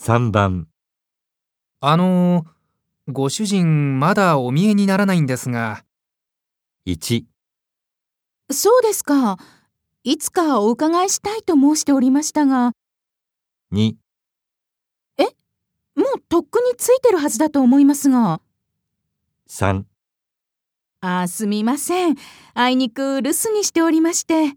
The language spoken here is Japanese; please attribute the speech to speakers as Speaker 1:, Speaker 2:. Speaker 1: 3番
Speaker 2: あのーご主人まだお見えにならないんですが、
Speaker 1: 1
Speaker 3: そうですか。いつかお伺いしたいと申しておりましたが、
Speaker 1: 2
Speaker 3: もうとっくについてるはずだと思いますが。
Speaker 1: 3
Speaker 3: あー、すみません。あいにく留守にしておりまして。